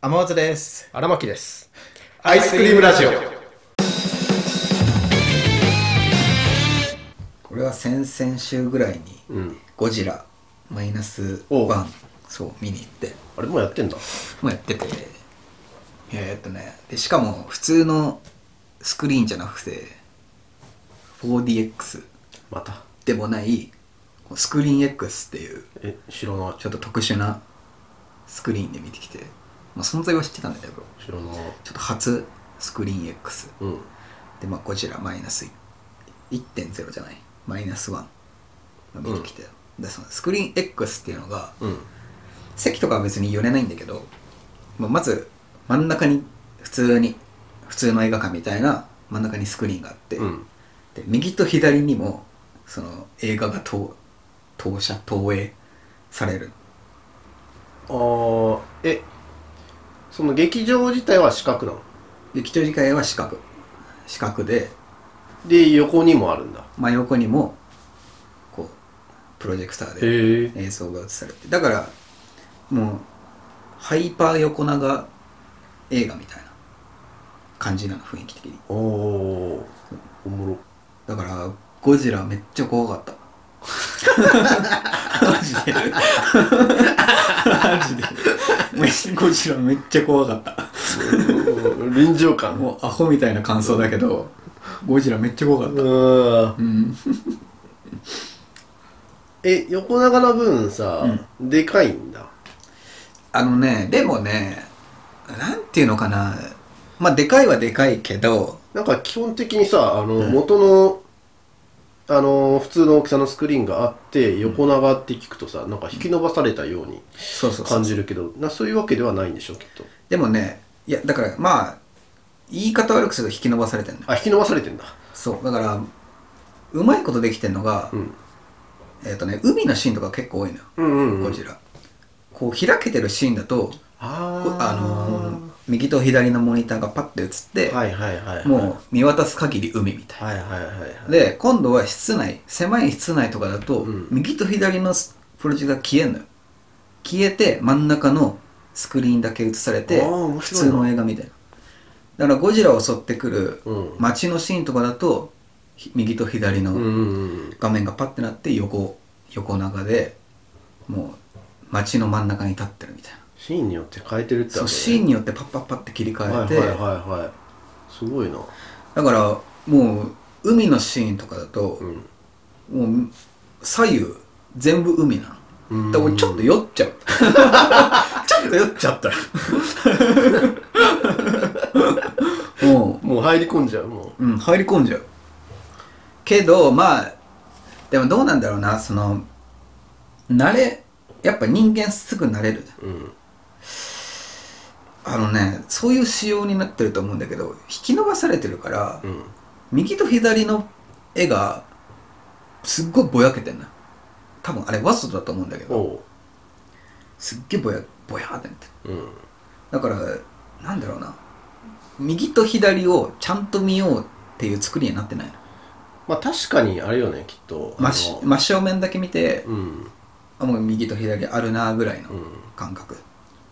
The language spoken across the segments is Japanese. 天松です荒牧ですアイスクリームラジオこれは先々週ぐらいにうんゴジラマイナスおうワンそう見に行ってあれもうやってんだもうやってていややっとねでしかも普通のスクリーンじゃなくて 4DX またでもないこうスクリーン X っていうえ知らないちょっと特殊なスクリーンで見てきて、まあ、存在は知ってたんだけど知らないちょっと初スクリーン X うんで、まあ、ゴジラマイナス1.0じゃないマイナス1が見てきて、でそのスクリーン X っていうのがうん席とかは別に寄れないんだけど、まあ、まず真ん中に普通に普通の映画館みたいな真ん中にスクリーンがあって、うんで右と左にもその映画が投投射投影されるあーえその劇場自体は四角なので吉祥寺会は四角四角でで横にもあるんだ真横にもこうプロジェクターでへえ映像が映されてだからもうハイパー横長映画みたいな感じなの雰囲気的におおおもろ だからゴジラめっちゃ怖 かったマジでマジでめっゴジラめっちゃ怖かった臨場 感もうアホみたいな感想だけどゴジラめっちゃ怖かっうたーんうんえ横長な分さ、でかいんだあのねでもねなんていうのかなまあでかいはでかいけどなんか基本的にさあの、元のあの普通の大きさのスクリーンがあって横長って聞くとさなんか引き伸ばされたようにそうそうそう感じるけどなそういうわけではないんでしょきっとでもね、いや、だから、まあ、言い方悪くすると引き伸ばされてるんだよ。あ引き伸ばされてんだそう、だから、うまいことできてるのが、うんえっ、とね、海のシーンとか結構多いのよ、うんうんうんゴジラ。こう、開けてるシーンだと、こあうーあのー右と左のモニターがパッて映って、はいはいはいはいもう見渡す限り海みたいな。はいはいはいはいで、今度は室内、狭い室内とかだと、うん右と左のスプロジェクター消えんのよ。消えて、真ん中のスクリーンだけ映されて、あー面普白いな通の映画みたいな。だから、ゴジラを襲ってくるうん街のシーンとかだと、ひ右と左うんうのんうん画面がパッてなって、横、横長で、もう、街の真ん中に立ってるみたいな。シーンによって変えてるってそう、シーンにによってパッパッパって切り替えて、はいはいはいはいすごいなだから、もう、海のシーンとかだと、うんもう左右全部海なのだから俺ちょっと酔っちゃうちょっと酔っちゃったももう入り込んじゃうもう、うん、入り込んじゃうけどまあでもどうなんだろうなその慣れやっぱ人間すぐ慣れるううんあのねそういう仕様になってると思うんだけど引き伸ばされてるから、うん右と左の絵がすっごいぼやけてんな多分あれワストだと思うんだけどおうすっげえぼやぼやーってなってうんだからなんだろうな右と左をちゃんと見ようっていう作りにはなってないのまあ確かにあれよねきっと真しあの真正面だけ見てうんあもう右と左あるなーぐらいのうん感覚、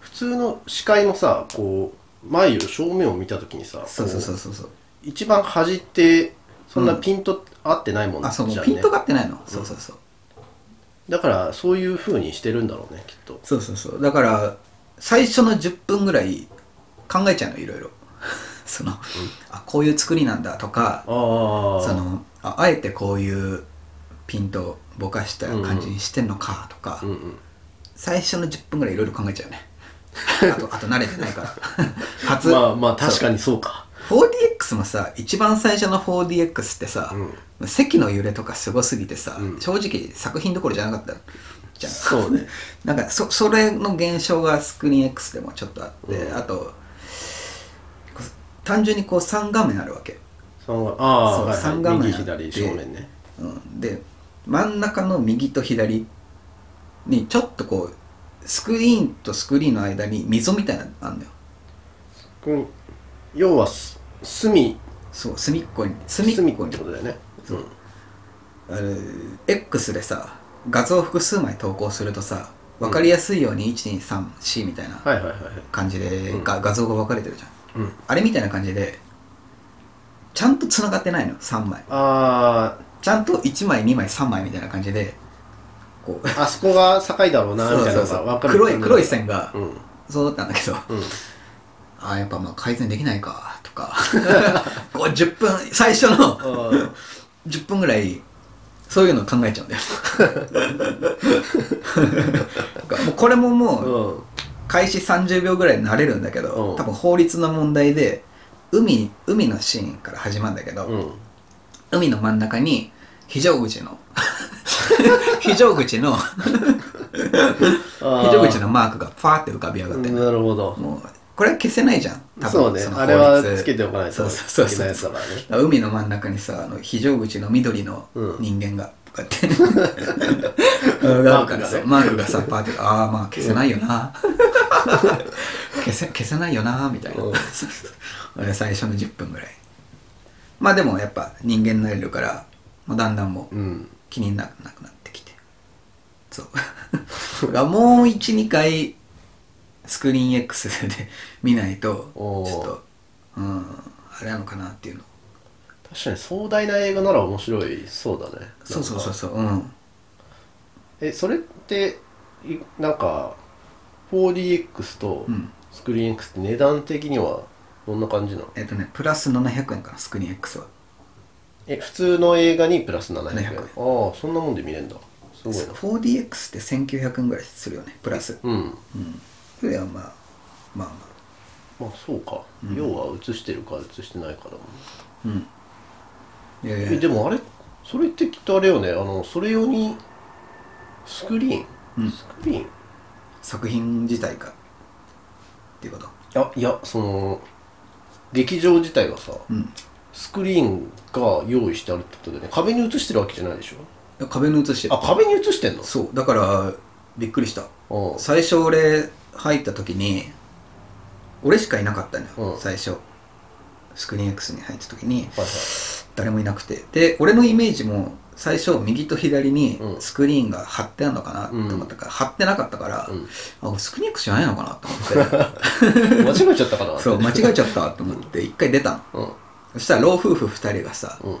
普通の視界のさこう前より正面を見た時にさそうそうそうこそうそうう一番端ってそんなピント合ってないもんあそうもじゃうんねピントが合ってないの、そうそうそうだからそういう風にしてるんだろうねきっとそうそうそうだから最初の10分ぐらい考えちゃうのいろいろ その、あこういう作りなんだとかああそのああえてこういうピントをぼかした感じにしてんのかとか、うんうん最初の10分ぐらいいろいろ考えち ゃうねあとあと慣れてないから初、まあまあ確かにそうか 4DX もさ一番最初の 4DX ってさ、席の揺れとかすごすぎてさ、うん正直作品どころじゃなかったじゃんそ うねなんかそそれの現象がスクリーン X でもちょっとあって、うんあとこう単純にこう3画面あるわけ、三がああそうはいはい三画面右あって左正面ねうん、で真ん中の右と左にちょっとこうスクリーンとスクリーンの間に溝みたいなのあんのようん要はす隅そう隅っこに隅隅っっここっにてことだよねうんあれ X でさ画像を複数枚投稿するとさ分かりやすいように123C みたいなはいはいはいはい感じで、うんが画像が分かれてるじゃんうんあれみたいな感じでちゃんとつながってないの3枚あちゃんと1枚2枚3枚みたいな感じでこうーあそこが境だろう なみたいなのが分かる黒い黒い線がうんそうだったんだけどうんああやっぱまあ改善できないかと かこう10分最初のあー10分ぐらいそういうの考えちゃうんだ よなんかもうこれももううん開始30秒ぐらいで慣れるんだけど、うん多分法律の問題で海海のシーンから始まるんだけど、うん海の真ん中に非常口の 非常口のあー非常口のマークがファーって浮かび上がってる、なるほどもうこれは消せないじゃん多分そうねの法律あれはつけておかないとそうそうそうそういけないやつだからね海の真ん中にさあの非常口の緑のうん人間が、こうやってがあるからさママークがさパーってああまあ消せないよな 消せ消せないよなみたいなうん 俺は最初の10分ぐらいまあでもやっぱ人間になれるから、まあ、だんだんもううん気にならなくなってきてそうだからもう12回スクリーン X で見ないとちおーょっとうんあれなのかなっていうの確かに壮大な映画なら面白いそうだねそうそうそうそううなんかんえそれっていなんか 4DX とうんスクリーン X って値段的にはどんな感じなのえっとねプラス700円かなスクリーン X はえ普通の映画にプラス700 700円ああそんなもんで見れるんだすごいな 4DX って1900円ぐらいするよねプラスうんうんそれはまあまあままあそうか、うん要は映してるか映してないかだもんあうんいやいやえでもあれそれってきっとあれよねあのそれ用にスクリーン、うんスクリーン作品自体かっていうことあいやその劇場自体がさうんスクリーンが用意してあるってことでね壁に映してるわけじゃないでしょ壁に映してるあ壁に映してんのそうだからびっくりしたうん最初俺入った時に俺しかいなかったのよ、うん最初スクリーン X に入った時にはいはい誰もいなくてで俺のイメージも最初右と左にうんスクリーンが貼ってあるのかなと思ったから、貼ってなかったから、うんあ俺スクリーン X じゃないのかなと 思っ間違えちゃったかなてそう間違えちゃったと思って一回出たのうんそしたら老夫婦2人がさうん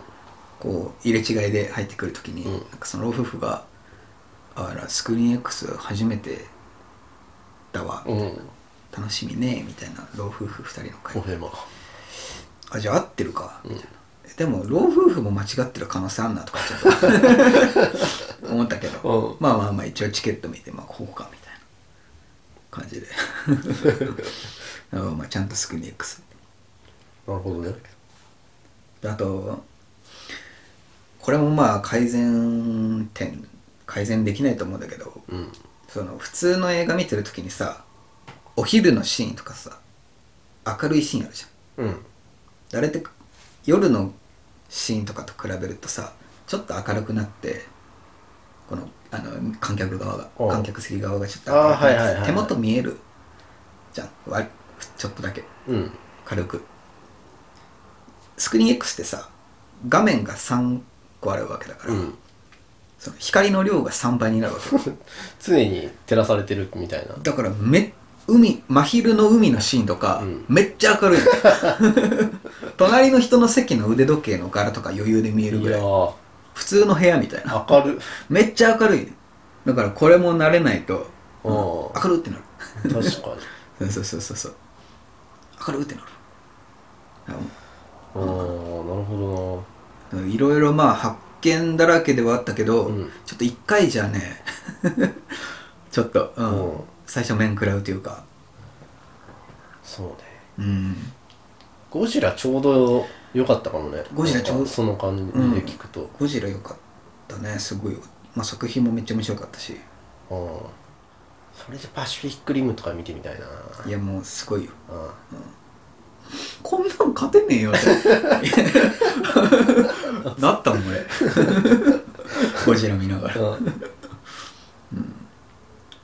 こう入れ違いで入ってくる時に、うんなんかその老夫婦が「あらスクリーン X 初めてだわ」うん楽しみねみたいな老夫婦2人のお会へまあじゃあ合ってるかうんでも老夫婦も間違ってる可能性あんなとかちょっと 思ったけど、うんまあまあまあ一応チケット見てまあこうかみたいな感じでだ からまあちゃんとスクリーン X なるほどねあとこれもまあ改善点改善できないと思うんだけどうんその普通の映画見てる時にさお昼のシーンとかさ明るいシーンあるじゃんうん誰って夜のシーンとかと比べるとさちょっと明るくなってこのあの観客側がおう観客席側がちょっと明るくなってあーはいはいはいはい手元見えるじゃんわちょっとだけうん軽くスクリーン X ってさ画面が3個あるわけだから、うんその光の量が3倍になるわけ 常に照らされてるみたいなだからめ海真昼の海のシーンとか、うんめっちゃ明るいの 隣の人の席の腕時計の柄とか余裕で見えるいぐらやいー普通の部屋みたいな明るめっちゃ明るいねだからこれも慣れないとあうん明ーるってなる確かにそうそうそうそうそう明るってなるあ ああーなるほのいろいろまあ発見だらけではあったけど、どなうんちょっと一回じゃね ちょっと、うんうん最初面食らうというかそうねうんゴジラちょうど良かったかもねゴジラちょうどその感じで聞くと、ゴジラ良かったねすごいよ、まあ、作品もめっちゃ面白かったしうんそれでパシフィックリムとか見てみたいないやもうすごいようんこんなん勝てねえ よってなったも ん俺ゴジラ見ながらだか うん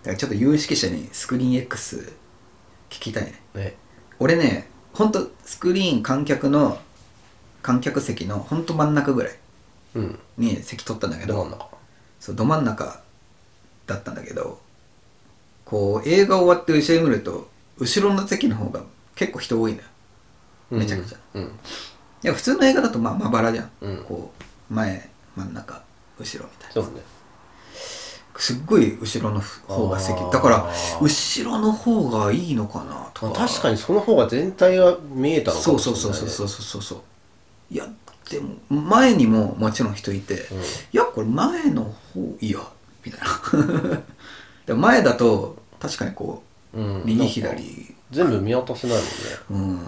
らちょっと有識者にスクリーン X 聞きたいねね俺ねほんとスクリーン観客の観客席のほんと真ん中ぐらいうんに席取ったんだけどうどなんだかそうど真ん中だったんだけどこう映画終わって後ろに見ると後ろの席の方が結構人多いのよめちゃくちゃうんいや普通の映画だとまあまばらじゃん、うんこう前真ん中後ろみたいなそうねすっごい後ろの方が席あーだから後ろの方がいいのかなとか確かにその方が全体が見えたのかそもうしそうれないねそうそうそうそうそういやでも前にももちろん人いて、いやこれ前の方いやみたいな でも前だと確かにこうんううん右なんか左全部見渡せないもんうねん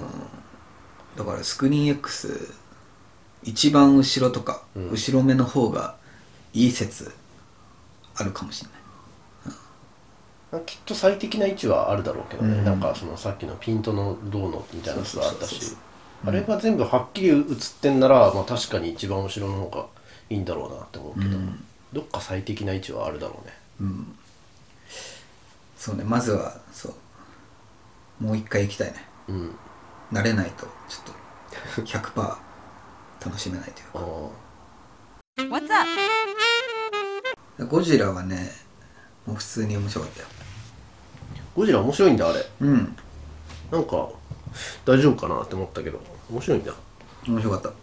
だからスクリーン X 一番後ろとか、うん後ろ目の方がいい説あるかもしれないきっと最適な位置はあるだろうけどね、うんなんかそのさっきのピントのどうのみたいなやつがあっそたうそうそしうあれが全部はっきり映ってんなら、まあ、確かに一番後ろの方がいいんだろうなって思うけど、うんどっか最適な位置はあるだろうねうんそうねまずはそうもう一回行きたいねうん慣れないとちょっと100%楽しめないというかああ What's up? ゴジラはねもう普通に面白かったよゴジラ面白いんだあれうんなんか大丈夫かなって思ったけど面白いんだ面白かっただ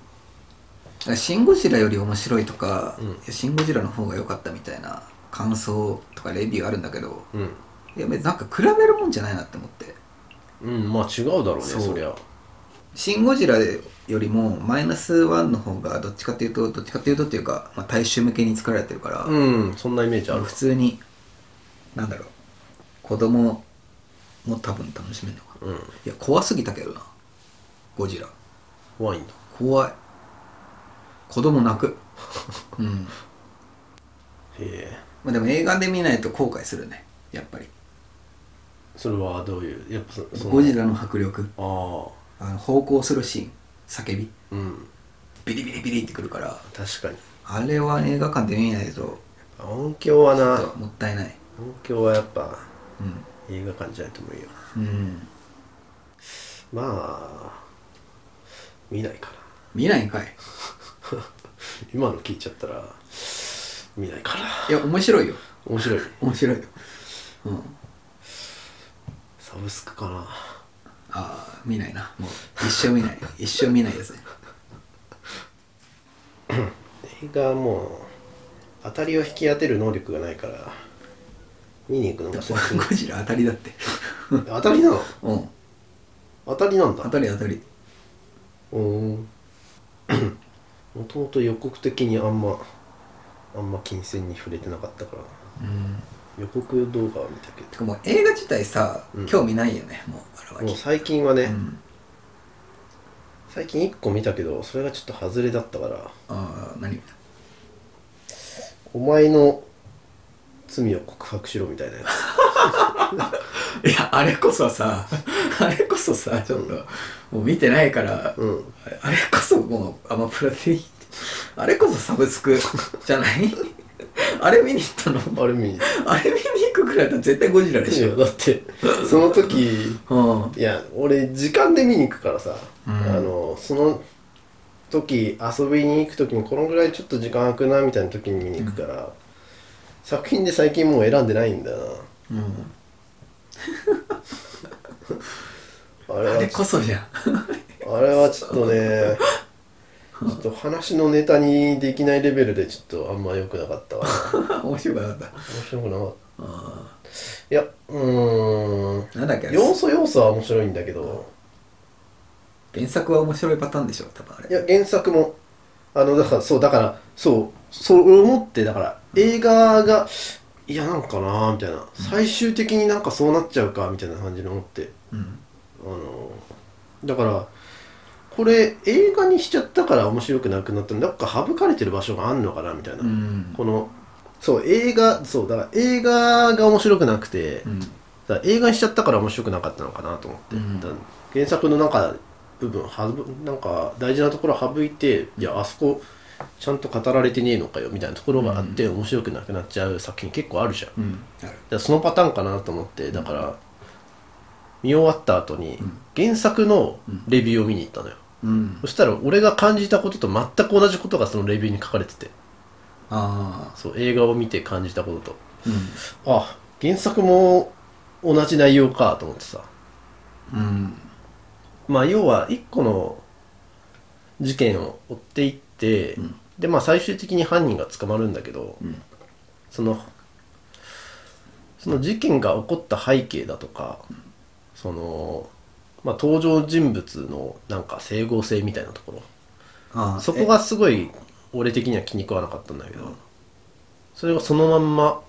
からシン・ゴジラより面白いとか、うんいやシン・ゴジラの方が良かったみたいな感想とかレビューあるんだけどうんいや別になんか比べるもんじゃないなって思ってうんまあ違うだろうねそそうりゃシン・ゴジラよりもマイナスワンの方がどっちかっていうとどっちかっていうとっていうか、まあ、大衆向けに作られてるから、うんそんなイメージある普通になんだろう子供も多分楽しめるのかなうんいや怖すぎたけどなゴジラ怖いんだ怖い子供泣 くうんへえまあでも映画で見ないと後悔するねやっぱりそれはどういうやっぱそそのゴジラの迫力あああの方向するシーン叫びうんビリビリビリってくるから確かにあれは映画館で見ないと音響はなもったいない音響はやっぱうん映画館じゃないと無理よなうんまあ見ないかな 見ないんかい今の聞いちゃったら見ないかないや面白いよ面白い面白いようんサブスクかなああ見ないなもう一生見ない一生見ないですね映画はもう当たりを引き当てる能力がないから見に行くのが最近ゴジラ当たりだって当たりなのうん当たりなんだ当たり当たりうーん もともと予告的にあんまあんま金銭に触れてなかったからうん予告動画は見たけてかもう映画自体さ、うん興味ないよねもうあれはどもう最近はね、うん最近1個見たけどそれがちょっと外れだったからああ何見たお前の罪を告白しろみたいなやついやあれこそさあれこそさちょっと、もう見てないから、 うんあれこそもうアマプラでいいあれこそサブスクじゃないあれ見に行ったのあれ見に行っあれ見に行くくらいだったら絶対ゴジラたでいしやょだってその時うんいや俺時間で見に行くからさ、うんあのその時遊びに行く時にこのぐらいちょっと時間空くなみたいな時に見に行くから、作品で最近もう選んでないんだようんなあれあはれこそじゃんあれはちょっとねちょっと話のネタにできないレベルでちょっとあんま良くなかったわ面面白くなかった白くなかったあいやうーんーなんだっけ要素要素は面白いんだけど原作は面白いパターンでしょ多分あいれや原作もあのだからそうだからそうそう思ってだから映画がいやなんかなーみたいな最終的になんかそうなっちゃうかみたいな感じで思ってうんあのだからこれ映画にしちゃったから面白くなくなったのなんか省かれてる場所があんのかなみたいな、うんこのそう映画そうだから映画が面白くなくて、うんだから映画にしちゃったから面白くなかったのかなと思って、うんだから原作のなんか部分はぶなんか大事なところ省いていやあそこちゃんと語られてねえのかよみたいなところがあって、面白くなくなっちゃう作品結構あるじゃんだかうんあるらそのパターンかなと思ってだから、見終わった後にうん原作のレビューを見に行ったのよ、うんそしたら俺が感じたことと全く同じことがそのレビューに書かれててああそう映画を見て感じたこととうんあ原作も同じ内容かと思ってさうんまあ要は一個の事件を追っていって、うんでまあ最終的に犯人が捕まるんだけど、うんそのその事件が起こった背景だとか、そのまあ登場人物のなんか整合性みたいなとこあろあそこがすごい俺的には気に食わなかったんだけど、それがそのまんま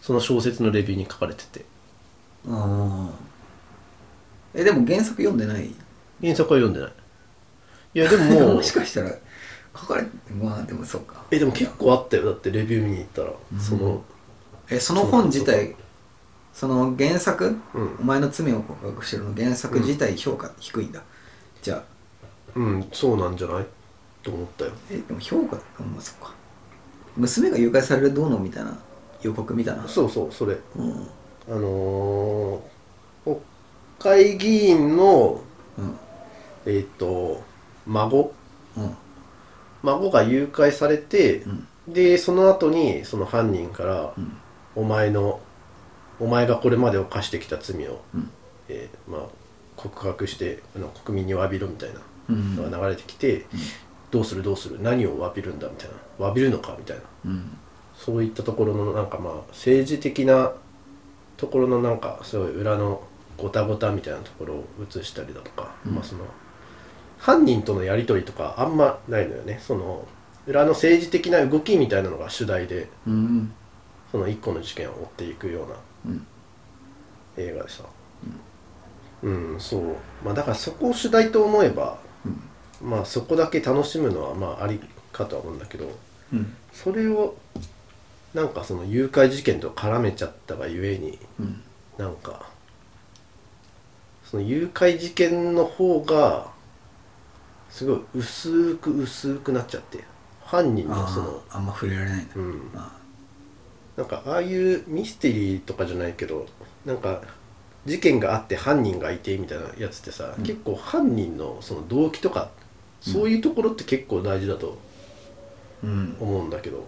その小説のレビューに書かれててえああえでも原作読んでない原作は読んでないいやでも もうもしかしたら書かれてまあでもそうかえでも結構あったよだってレビュー見に行ったら、そのえその本自体その原作、うんお前の罪を告白してるの原作自体評価低いんだ、じゃあうんそうなんじゃないと思ったよえでも評価あまあそっか娘が誘拐されるどうのみたいな予告みたいなそうそうそれうんあのー、国会議員のうんえっ、と孫うん孫が誘拐されて、うんでその後にその犯人から、うんお前のお前がこれまで犯してきた罪を、うんえーまあ、告白してあの国民に詫びろみたいなうんのが流れてきて、どうするどうする何を詫びるんだみたいな詫びるのかみたいなうんそういったところのなんかまあ政治的なところのなんかすごい裏のごたごたみたいなところを映したりだとか、うんまあその犯人とのやり取りとかあんまないのよねその裏の政治的な動きみたいなのが主題でうんその一個の事件を追っていくようなうん映画でさうん、そうまあだからそこを主題と思えば、まあそこだけ楽しむのはまあありかとは思うんだけどうんそれをなんかその誘拐事件と絡めちゃったがゆえにうんなんかその誘拐事件の方がすごい薄く薄くなっちゃって犯人のそのあーあんま触れられないんだ、うんあなんかああいうミステリーとかじゃないけどなんか事件があって犯人がいてみたいなやつってさ、結構犯人のその動機とかそういうところって結構大事だとうん思うんだけど、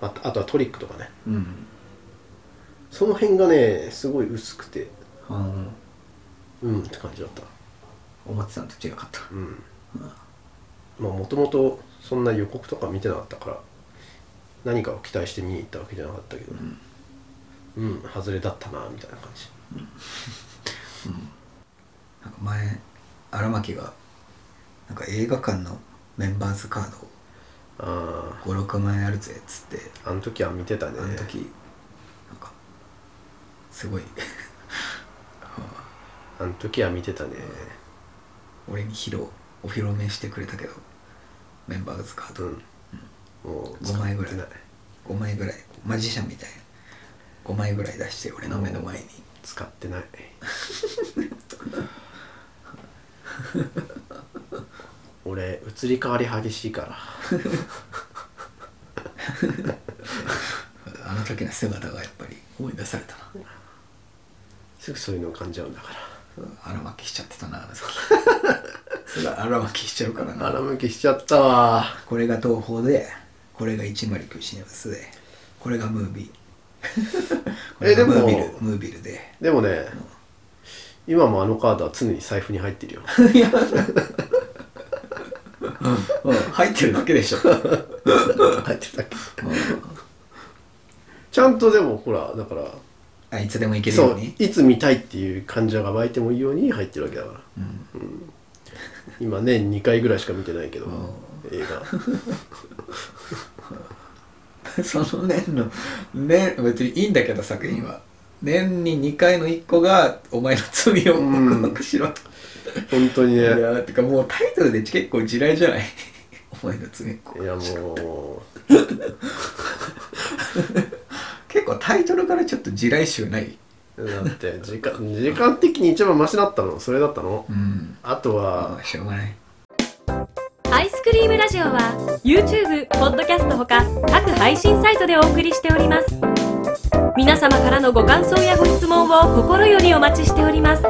あとあとはトリックとかねうんその辺がねすごい薄くてあーうんって感じだった思ってたのと違かったうんまあもともとそんな予告とか見てなかったから何かを期待して見に行ったわけじゃなかったけどうん、外れだったなみたいな感じなんか前荒牧がなんか映画館のメンバーズカードをあ56万円あるぜっつってああの時は見てたねあの時なんかすごい あの時は見てたね俺に披露お披露目してくれたけどメンバーズカーうんド、もう5枚ぐらい使ってない5枚ぐらいマジシャンみたいな5枚ぐらい出して俺の目の前に使って ない俺移り変わり激し いからあの時の姿がやっぱり思い出されたなすぐそういうのを感じちゃうんだから荒巻きしちゃってたなあの時 それは荒巻きしちゃうからな荒向きしちゃったわこれが東宝でこれが109シネマスでこれがムービー これがえでもムービルムービルででもね、今もあのカードは常に財布に入っ てるよいやうん入ってるだけでしょ入ってたっけちゃんとでもほらだからあいつでも行けるそよううにいつ見たいっていう感情が湧いてもいいように入ってるわけだから、うん今年2回ぐらいしか見てないけど、映画その年の年別にいいんだけど作品は年に2回の1個がお前の罪を告白しろと、本当にねいやーてかもうタイトルで結構地雷じゃないお前の罪を告いや白しろもう結構タイトルからちょっと地雷集ないだって時間時間的に一番マシだったのそれだったの、うんあとあはあしょうがないアイスクリームラジオは YouTube、ポッドキャストほか各配信サイトでお送りしております皆様からのご感想やご質問を心よりお待ちしております